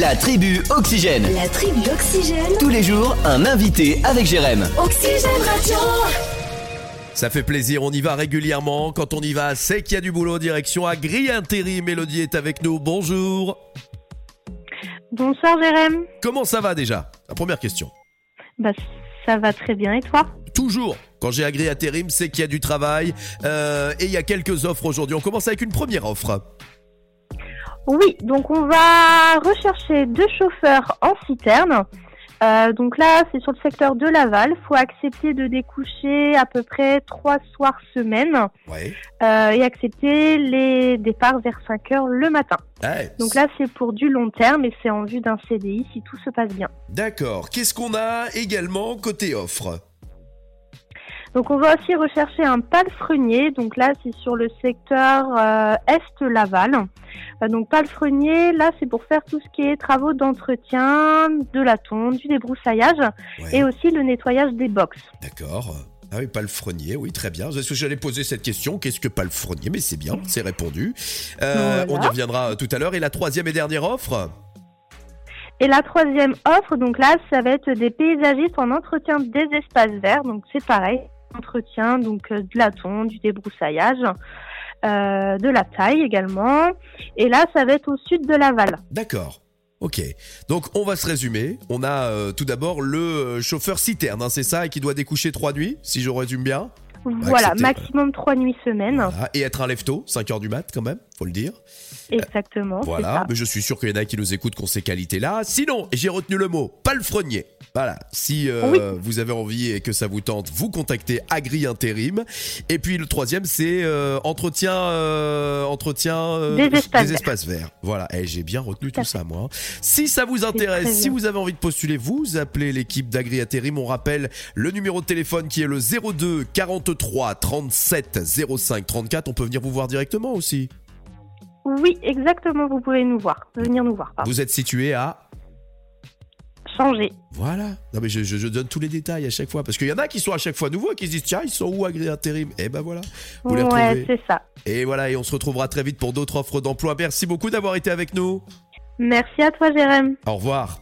La tribu Oxygène. La tribu Oxygène. Tous les jours, un invité avec Jérém. Oxygène Radio. Ça fait plaisir, on y va régulièrement. Quand on y va, c'est qu'il y a du boulot. Direction Agri Intérim. Mélodie est avec nous. Bonjour. Bonsoir Jérém. Comment ça va déjà La première question. Bah, ça va très bien et toi Toujours, quand j'ai Agri Intérim, c'est qu'il y a du travail. Euh, et il y a quelques offres aujourd'hui. On commence avec une première offre. Oui, donc on va rechercher deux chauffeurs en citerne. Euh, donc là, c'est sur le secteur de Laval. faut accepter de découcher à peu près trois soirs semaine Ouais. euh, et accepter les départs vers 5 heures le matin. Ouais. Donc là, c'est pour du long terme et c'est en vue d'un CDI si tout se passe bien. D'accord. Qu'est-ce qu'on a également côté offre Donc on va aussi rechercher un palefrenier. Donc là, c'est sur le secteur euh, est Laval. Euh, donc palefrenier, là, c'est pour faire tout ce qui est travaux d'entretien, de la tonte, du débroussaillage Ouais, et aussi le nettoyage des box. D'accord. Ah oui, palefrenier, oui, très bien. Parce que J'allais poser cette question, qu'est-ce que palefrenier Mais c'est bien, c'est répondu. Euh, Voilà. On y reviendra tout à l'heure. Et la troisième et dernière offre Et la troisième offre, donc là, ça va être des paysagistes en entretien des espaces verts. Donc c'est pareil, entretien donc euh, de la tonte, du débroussaillage, euh, de la taille également. Et là, ça va être au sud de Laval. D'accord. Ok. Donc on va se résumer. On a euh, tout d'abord le euh, chauffeur citerne, hein, c'est ça, et qui doit découcher trois nuits, si je résume bien. Voilà, accepter, maximum trois nuits semaine. Voilà. Et être un lève-tôt, 5h du mat quand même, faut le dire. Exactement. c'est Voilà, ça. mais je suis sûr qu'il y en a qui nous écoutent qui ont ces qualités-là. Sinon, j'ai retenu le mot, palefrenier. Voilà, si euh, Oui. vous avez envie et que ça vous tente, vous contactez Agri Intérim. Et puis le troisième, c'est euh, entretien, euh, entretien euh, Des espaces verts. Voilà, et j'ai bien retenu Tout tout à ça, moi. Si ça vous très intéresse, si bien. vous avez envie de postuler, vous appelez l'équipe d'Agri Intérim. On rappelle le numéro de téléphone qui est le 02 43 37 05 34. On peut venir vous voir directement aussi. Oui, exactement. Vous pouvez nous voir, venir nous voir. pardon. Vous êtes situé à Changer. Voilà. Non mais je, je- je donne tous les détails à chaque fois parce qu'il y en a qui sont à chaque fois nouveaux et qui se disent tiens ils sont où Agri Intérim Et ben voilà. Vous les ouais, retrouvez. c'est ça. Et voilà et on se retrouvera très vite pour d'autres offres d'emploi. Merci beaucoup d'avoir été avec nous. Merci à toi, Jérém. Au revoir.